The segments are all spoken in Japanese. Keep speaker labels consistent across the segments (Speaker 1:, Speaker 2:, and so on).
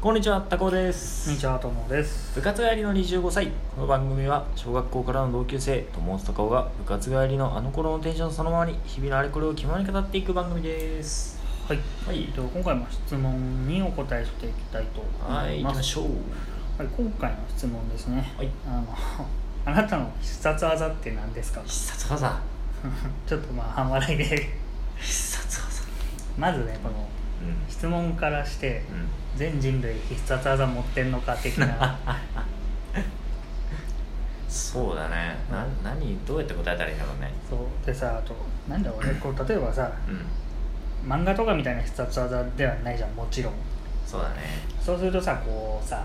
Speaker 1: こんにちは、たこです。
Speaker 2: こんにちは、ともです。
Speaker 1: 部活帰りの25歳。この番組は小学校からの同級生、友達たこが部活帰りのあの頃のテンションそのままに日々のあれこれを気ままに語っていく番組です。
Speaker 2: はい、
Speaker 1: はい
Speaker 2: えっと今回も質問にお答えしていきたいと思
Speaker 1: はい、
Speaker 2: い
Speaker 1: 行
Speaker 2: ま
Speaker 1: き
Speaker 2: す。
Speaker 1: ましょう。
Speaker 2: はい、今回の質問ですね。
Speaker 1: はい
Speaker 2: あの あなたの必殺技って何ですか。
Speaker 1: 必殺技。
Speaker 2: ちょっとまあ半笑いで
Speaker 1: 必殺技。
Speaker 2: まずねこの
Speaker 1: う
Speaker 2: 質問からして
Speaker 1: ん。うん。
Speaker 2: 全人類必殺技持ってんのか的な
Speaker 1: そうだね。な、何、どうやって答えたらいいんだろうね。
Speaker 2: そうでさあとなんだろうねこう例えばさ
Speaker 1: うん。
Speaker 2: 漫画とかみたいな必殺技ではないじゃんもちろん。
Speaker 1: そうだね。
Speaker 2: そうするとさこうさ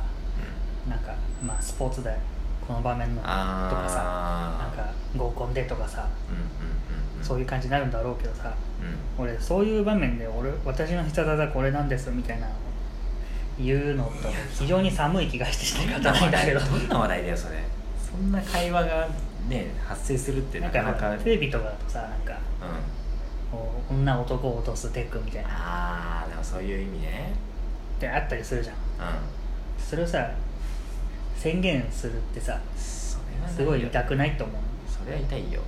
Speaker 1: うん
Speaker 2: なんかまあスポーツでこの場面のとか
Speaker 1: あー
Speaker 2: さなんか合コンでとかさ
Speaker 1: うんうんうん。
Speaker 2: そう
Speaker 1: い
Speaker 2: いう感じになるんだろうけどさ
Speaker 1: うん。うん。
Speaker 2: 俺そういう場面で俺私の必殺技これなんですみたいなのを言うのと非常に寒い気がしてし
Speaker 1: ど
Speaker 2: か
Speaker 1: ん
Speaker 2: た
Speaker 1: な
Speaker 2: な
Speaker 1: 話
Speaker 2: いんだけ
Speaker 1: 題
Speaker 2: ど
Speaker 1: どん な話題だよそれそんな会話がね発生するって
Speaker 2: な
Speaker 1: なんかな
Speaker 2: か
Speaker 1: か
Speaker 2: テレビとかだとさなんか
Speaker 1: うん
Speaker 2: こう女男を落とすテクみたいなっ
Speaker 1: ああでもそういう意味ね
Speaker 2: てあったりするじゃん
Speaker 1: うん
Speaker 2: それをさ宣言するってさ
Speaker 1: それは
Speaker 2: すごい痛
Speaker 1: く
Speaker 2: くない と思う
Speaker 1: それは痛いよ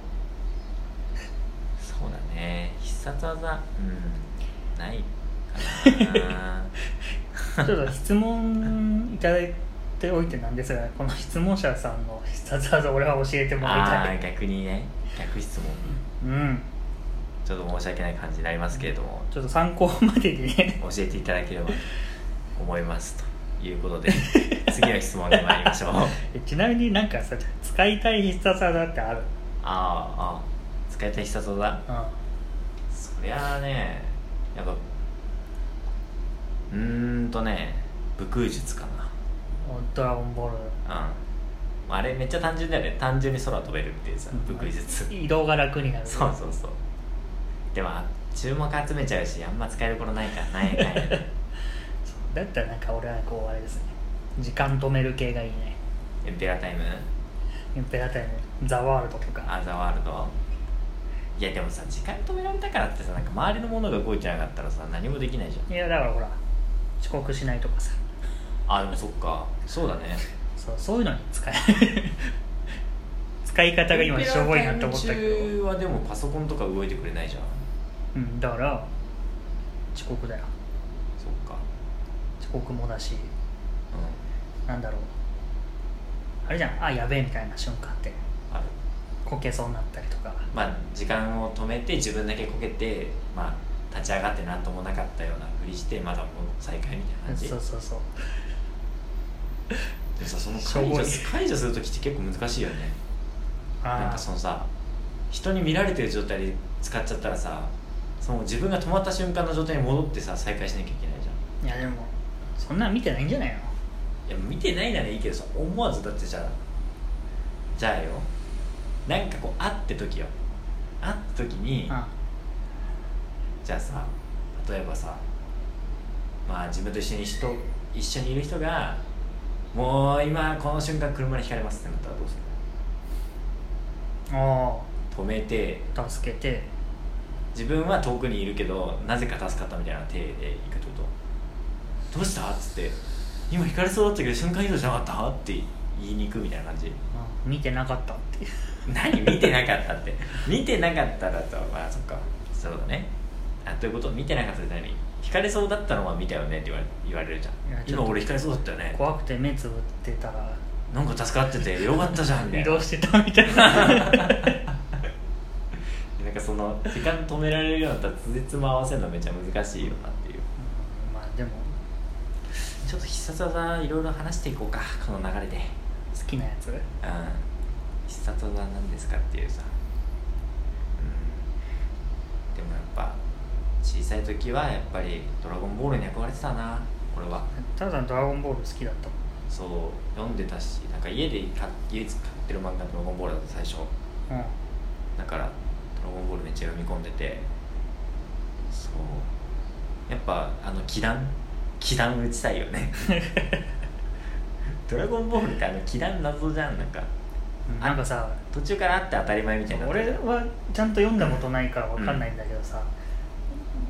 Speaker 1: そうだね必殺技うんないか な
Speaker 2: ちょっと質問いただいておいてなんですがこの質問者さんの必殺技俺は教えてもらい
Speaker 1: あ
Speaker 2: た
Speaker 1: ー
Speaker 2: い
Speaker 1: 逆にね逆質問
Speaker 2: うん
Speaker 1: ちょっと申し訳ない感じになりますけれども
Speaker 2: ちょっと参考までにね
Speaker 1: 教えていただければと思いますということ で次の質問に参りましょう
Speaker 2: え ちなみになんかさ使いたい必殺技ってある
Speaker 1: あーあー使いたい必殺技
Speaker 2: うん
Speaker 1: そりゃあねやっぱうーんとね武空術か
Speaker 2: ドラゴンボール
Speaker 1: なうんあれめっちゃ単純だよね単純に空飛べるっていうさ
Speaker 2: うん
Speaker 1: 武空術、
Speaker 2: 移動が楽になる
Speaker 1: そうそうそうでもあ注目集めちゃうしあんま使えることないからなんやかんやね
Speaker 2: だったらなんか俺はこうあれですね時間止める系がいいね
Speaker 1: エンペラータイム
Speaker 2: エンペラタイムザワールドとか
Speaker 1: アザワールドいやでもさ時間止められたからってさなんか周りのものが動いてなかったらさ何もできないじゃん
Speaker 2: いやだからほら遅刻しないとかさ
Speaker 1: あでもそっかそうだね
Speaker 2: そうそういうのに使え 使い方が今しょぼいなって思った
Speaker 1: エ
Speaker 2: け
Speaker 1: ンペラータイム
Speaker 2: ど、
Speaker 1: 中はでもパソコンとか動いてくれないじゃん
Speaker 2: うん、だから遅刻だよ
Speaker 1: そっか
Speaker 2: 遅刻もだし
Speaker 1: う
Speaker 2: なんだろうあれじゃんあやべえみたいな瞬間って
Speaker 1: んある
Speaker 2: こけそうになったりとか
Speaker 1: まあ時間を止めて自分だけこけてまあ立ち上がって何ともなかったようなふりしてまだもう再開みたいな感じ
Speaker 2: そうそうそう
Speaker 1: でもさその
Speaker 2: しょ
Speaker 1: 解
Speaker 2: ぼい
Speaker 1: 除す解除する時って結構難しいよねなん
Speaker 2: あ
Speaker 1: かそのさ人に見られてる状態で使っちゃったらさその自分が止まった瞬間の状態に戻ってさ再開しなきゃいけないじゃん
Speaker 2: あいやでもそんなん見てないんじゃないの
Speaker 1: いや見てないならいいけどさ思わずだってじゃあじゃあよなんかこう会って時よ会った時にじゃあさ例えばさまあ自分と一緒に人一緒にいる人がもう今この瞬間車にひかれますってなったらどうす
Speaker 2: うんあ
Speaker 1: る止めて
Speaker 2: あ助けて
Speaker 1: 自分は遠くにいるけどなぜか助かったみたいな体で行くってことどうしたっつって今ひかれそうだったけど瞬間移動じゃなかったって言いに行くみたいな感じ
Speaker 2: うん見てなかったって いう
Speaker 1: 何見てなかったって見てなかっただとまあそっかそうだねあということ見てなかったって何引かれそうだったのは見たよねって言われ言われるじ
Speaker 2: い
Speaker 1: ゃ
Speaker 2: や
Speaker 1: ん
Speaker 2: ちょっ
Speaker 1: 今
Speaker 2: と
Speaker 1: 俺引かれそうだったよね
Speaker 2: 怖くて目つぶってたら
Speaker 1: なんか助かっててよかったじゃんみたい
Speaker 2: 移
Speaker 1: な
Speaker 2: 動してたみたいな
Speaker 1: なんかその時間止められるようになったらつじつま合わせるのめちゃ難しいよなっていう
Speaker 2: うんまあでも
Speaker 1: ちょっと必殺技いろいろ話していこうかこの流れで
Speaker 2: 好きなやつ
Speaker 1: うん必殺技なんですかっていうさうんでもやっぱ小さい時はやっぱり「ドラゴンボール」に憧れてたな俺は
Speaker 2: ただドラゴンボール好きだったもん
Speaker 1: そう読んでたしなんか家でか唯一買ってる漫画「ドラゴンボール」だった最初
Speaker 2: うん
Speaker 1: だから「ドラゴンボール」めっちゃ読み込んでてそうやっぱあの気弾気弾打ちたいよねドラゴンボールってあの気弾謎じゃんなんか
Speaker 2: うんなんかさ
Speaker 1: 途中からあって当たり前みたいになって
Speaker 2: 俺はちゃんと読んだことないからわかんないんだけどさ、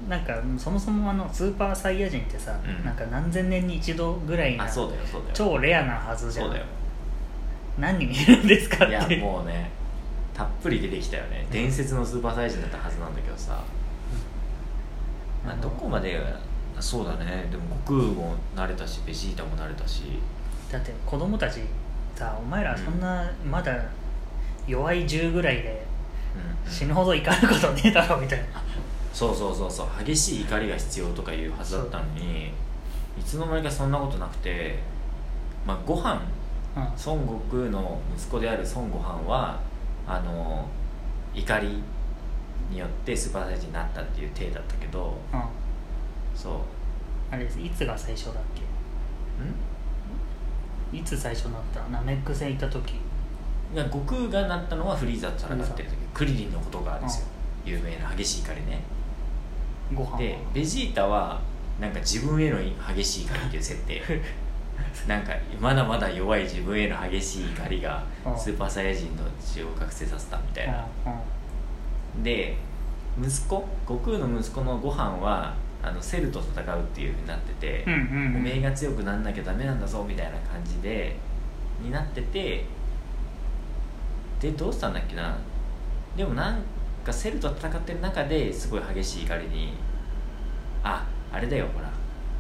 Speaker 2: なんかそもそもあのスーパーサイヤ人ってさ、
Speaker 1: うん
Speaker 2: なんか何千年に一度ぐらいな
Speaker 1: あそうだよそうだよ
Speaker 2: 超レアなはずじゃん
Speaker 1: そうだよ
Speaker 2: 何人いるんですか
Speaker 1: い
Speaker 2: っ
Speaker 1: や
Speaker 2: て
Speaker 1: もうねたっぷり出てきたよね伝説のスーパーサイジンだったはずなんだけどさ、まあ、どこまでそうだねでも悟空も慣れたしベジータも慣れたし
Speaker 2: だって子供たちさお前らそんなまだ弱い10ぐらいで
Speaker 1: うん
Speaker 2: 死ぬほど怒ることねえだろみたいな
Speaker 1: そうそうそうそう激しい怒りが必要とかいうはずだったのにいつの間にかそんなことなくてまあご飯
Speaker 2: うん
Speaker 1: 孫悟空の息子である孫悟飯はあの怒りによってスーパーサイヤ人になったっていう体だったけど
Speaker 2: うん
Speaker 1: そ
Speaker 2: あれですいつが最初だ
Speaker 1: う
Speaker 2: っ
Speaker 1: ん
Speaker 2: けいつ最初になったナメック星行った時
Speaker 1: いや悟空がなったのはフリーザと戦ってる時クリリンのことがですよ有名な激しい怒りね
Speaker 2: ご飯は
Speaker 1: でベジータはなんか自分への激しい怒りっていう設 定なんかまだまだ弱い自分への激しい怒りが
Speaker 2: うん
Speaker 1: スーパーサイヤ人の血を覚醒させたみたいな
Speaker 2: うんうん
Speaker 1: で息子悟空の息子のご飯はあのセルと戦うっていうふうになってて、
Speaker 2: うんうんう
Speaker 1: お
Speaker 2: ん
Speaker 1: めえが強くなんなきゃダメなんだぞみたいな感じでになっててでどうしたんだっけなでもなんかセルと戦ってる中ですごい激しい怒りにああれだよほら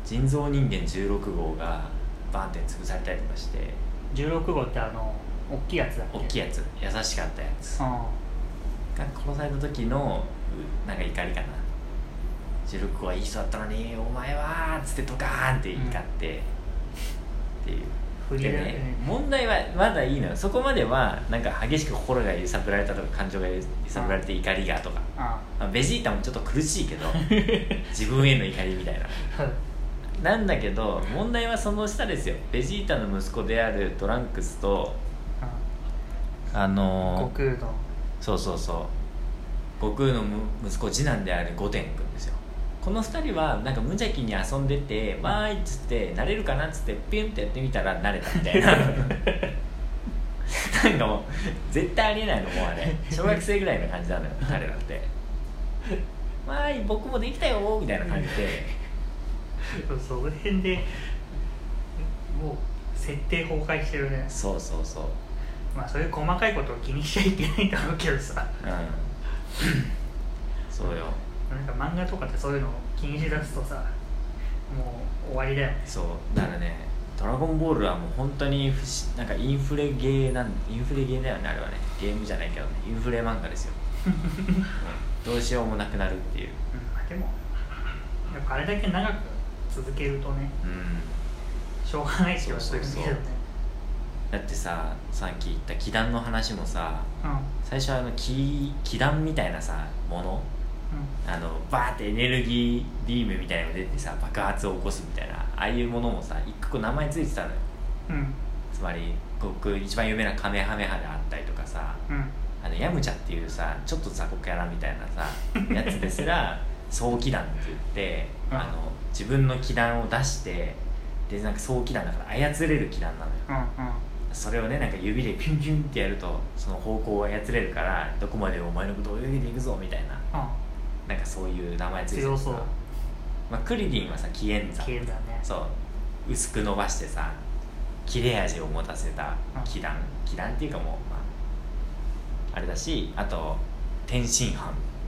Speaker 1: 人造人間16号がバンって潰されたりとかして
Speaker 2: 16号ってあの大きいやつだっけ
Speaker 1: 大きい
Speaker 2: い
Speaker 1: やつ優しかったやつ
Speaker 2: うん
Speaker 1: が殺された時のうなんか怒りかな16号はいい人だったのにお前はっつってドカーンって怒って、っていう
Speaker 2: 振り
Speaker 1: で
Speaker 2: だ
Speaker 1: ね問題はまだいいのよそこまではなんか激しく心が揺さぶられたとか感情が揺さぶられて怒りがとか、
Speaker 2: あ
Speaker 1: まあベジータもちょっと苦しいけど自分への怒りみたいななんだけど問題はその下ですよベジータの息子であるトランクスとあ
Speaker 2: 悟
Speaker 1: の
Speaker 2: 空の
Speaker 1: そうそうそう悟空のむ息子次男である御殿君ですよこの2人はなんか無邪気に遊んでて「わーい」っつって「慣れるかな」っつってピュンってやってみたら慣れたみたいななんかもう絶対ありえないのもうあれ小学生ぐらいの感じなのよ彼らって「わーい僕もできたよ」みたいな感じで。
Speaker 2: その辺でもう設定崩壊してるね
Speaker 1: そうそうそう
Speaker 2: まあそういう細かいことを気にしちゃいけないんだろうけどさ
Speaker 1: うんそうよ
Speaker 2: なんか漫画とかってそういうのを気にしだすとさもう終わりだよね
Speaker 1: そうだからね「ドラゴンボール」はもう本当に不思なんかインフレゲーなんインフレゲーだよねあれはねゲームじゃないけどねインフレ漫画ですよ、うんどうしようもなくなるっていう
Speaker 2: うんまあでもやっぱあれだけ長く続けるとね
Speaker 1: うん
Speaker 2: しょうがない気はするけどね
Speaker 1: そうそうそうだってささっき言った気団の話もさ
Speaker 2: うんうん
Speaker 1: 最初はあの気気団みたいなさものあのバーってエネルギービームみたいなの出てさ爆発を起こすみたいなああいうものもさ一個名前ついてたのよ
Speaker 2: うん
Speaker 1: つまりごく一番有名なカメハメハであったりとかさ
Speaker 2: うん
Speaker 1: あのヤムチャっていうさちょっと雑魚キャラみたいな さやつですら早期弾って言って
Speaker 2: うん
Speaker 1: あの自分の気弾を出してでなんか早期弾だから操れる気弾なのよ
Speaker 2: うん
Speaker 1: それをねなんか指でピュンピュンってやるとその方向を操れるからどこまでお前のことを泳いでいくぞみたいな
Speaker 2: うん
Speaker 1: なんかそういう名前ついて
Speaker 2: 強
Speaker 1: る
Speaker 2: そう
Speaker 1: さ、まあ、クリリンはさキエンザ
Speaker 2: 消えんだね
Speaker 1: そう薄く伸ばしてさ切れ味を持たせた気団気団っていうかもう、まあ、あれだしあと天津飯の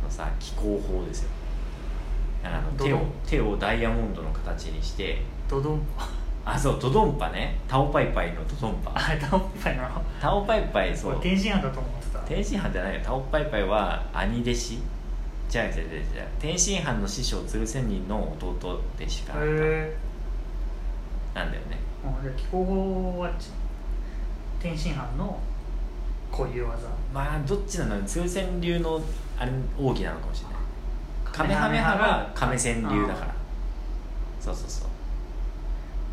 Speaker 1: さ気候法ですよあの
Speaker 2: ド
Speaker 1: 手
Speaker 2: ドン
Speaker 1: を手をダイヤモンドの形にして
Speaker 2: ドドン
Speaker 1: あそうドドンパねタオパイパイのドドンパ
Speaker 2: あれダンパイ なの
Speaker 1: タオパイパイそう
Speaker 2: 俺天津飯だと思ってた
Speaker 1: 天津飯じゃないよタオパイパイは兄弟子違う違う違う違う天津飯の師匠鶴仙人の弟弟子かなんか
Speaker 2: へ
Speaker 1: なんだよね
Speaker 2: えもうじゃあ気候法はち天津飯のこういう技
Speaker 1: まあどっちなの通船流のあれ奥義なのかもしれないカメハメ派が亀仙流だからそうそうそう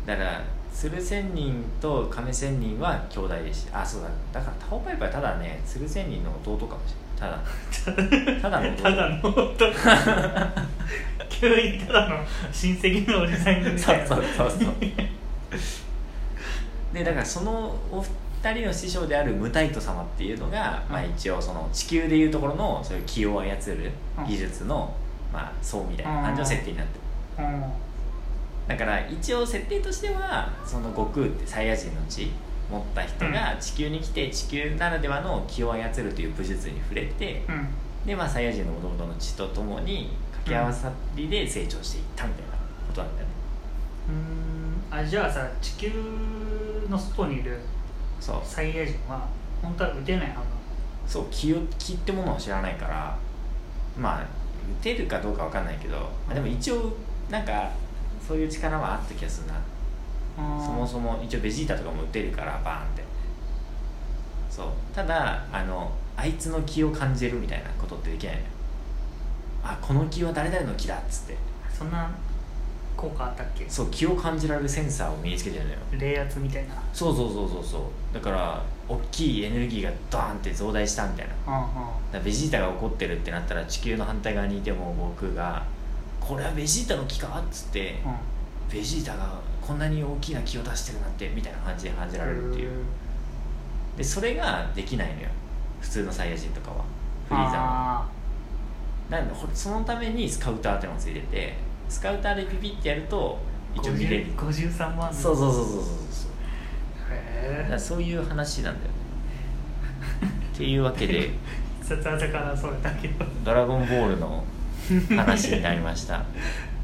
Speaker 1: だから鶴仙人と亀仙人は兄弟弟子あそうだだからタオパイパイはただね鶴仙人の弟かもしれない ただただの弟
Speaker 2: ただの本 当急にただの親戚のおじさんみ
Speaker 1: そ
Speaker 2: た
Speaker 1: う
Speaker 2: いな
Speaker 1: そうそうそうでだからそのお二人の師匠であるムタイト様っていうのが、まあ、
Speaker 2: うん
Speaker 1: 一応その地球でいうところのそういう気を操る技術のまあそうみたいな感じの設定になってる
Speaker 2: うん
Speaker 1: だから一応設定としてはその悟空ってサイヤ人の血持った人が地球に来て地球ならではの気を操るという武術に触れて
Speaker 2: うん
Speaker 1: でまあサイヤ人の元々の血とともに掛け合わさりで成長していったみたいなことなんだよね
Speaker 2: うーんあじゃあさ地球の外にいる
Speaker 1: そう
Speaker 2: サイヤ人は本当は打てないは
Speaker 1: そう気を気ってものを知らないからまあ打てるかどうかわかんないけど、まあ、でも一応なんかそういう力はあった気がするな
Speaker 2: ずなの
Speaker 1: そもそも一応ベジータとかも打てるからバーンってそうただあのあいつの気を感じるみたいなことってできないのよあこの気は誰々の気だっつって
Speaker 2: そんな効果あったっけ
Speaker 1: そう気を感じられるセンサーを身につけてるのよ
Speaker 2: 冷圧みたいな
Speaker 1: そうそうそうそうそうだから大きいエネルギーがドーンって増大したみたいなだか
Speaker 2: うんうん
Speaker 1: らベジータが怒ってるってなったら地球の反対側にいても僕が「これはベジータの気か?」っつって、
Speaker 2: う
Speaker 1: ベジータがこんなに大きな気を出してるなんてみたいな感じで感じられるっていうでそれができないのよ普通のサイヤ人とかはフリーザーは
Speaker 2: あ
Speaker 1: なんでほそのためにスカウターってのをついててスカウターでピピってやると
Speaker 2: ー
Speaker 1: 一応見れる
Speaker 2: 50 53万
Speaker 1: そうそううそうそうそうそうだ
Speaker 2: へ
Speaker 1: から
Speaker 2: え
Speaker 1: そういう話なんだよねっていうわけ で
Speaker 2: 必殺技からそれだけど
Speaker 1: 「ドラゴンボール」の話になりました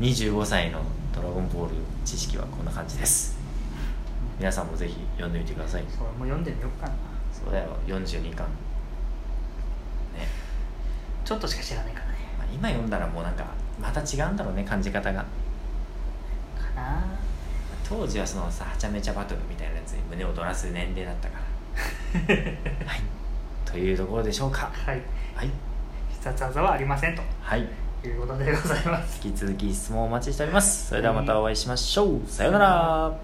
Speaker 1: 25歳の「ドラゴンボール」知識はこんな感じです皆さんもぜひ読んでみてください
Speaker 2: それも読んでみようかな
Speaker 1: そうだよ42巻ね
Speaker 2: ちょっとしか知らないからね
Speaker 1: まあ、今読んだらもうなんかまた違うんだろうね感じ方が
Speaker 2: かな
Speaker 1: 当時はそのさはちゃめちゃバトルみたいなやつに胸をドらす年齢だったから はいというところでしょうか
Speaker 2: はい
Speaker 1: はい
Speaker 2: 必殺技はありませんと
Speaker 1: はい
Speaker 2: いうことでございます
Speaker 1: 引き続き質問お待ちしておりますそれではまたお会いしましょうさようなら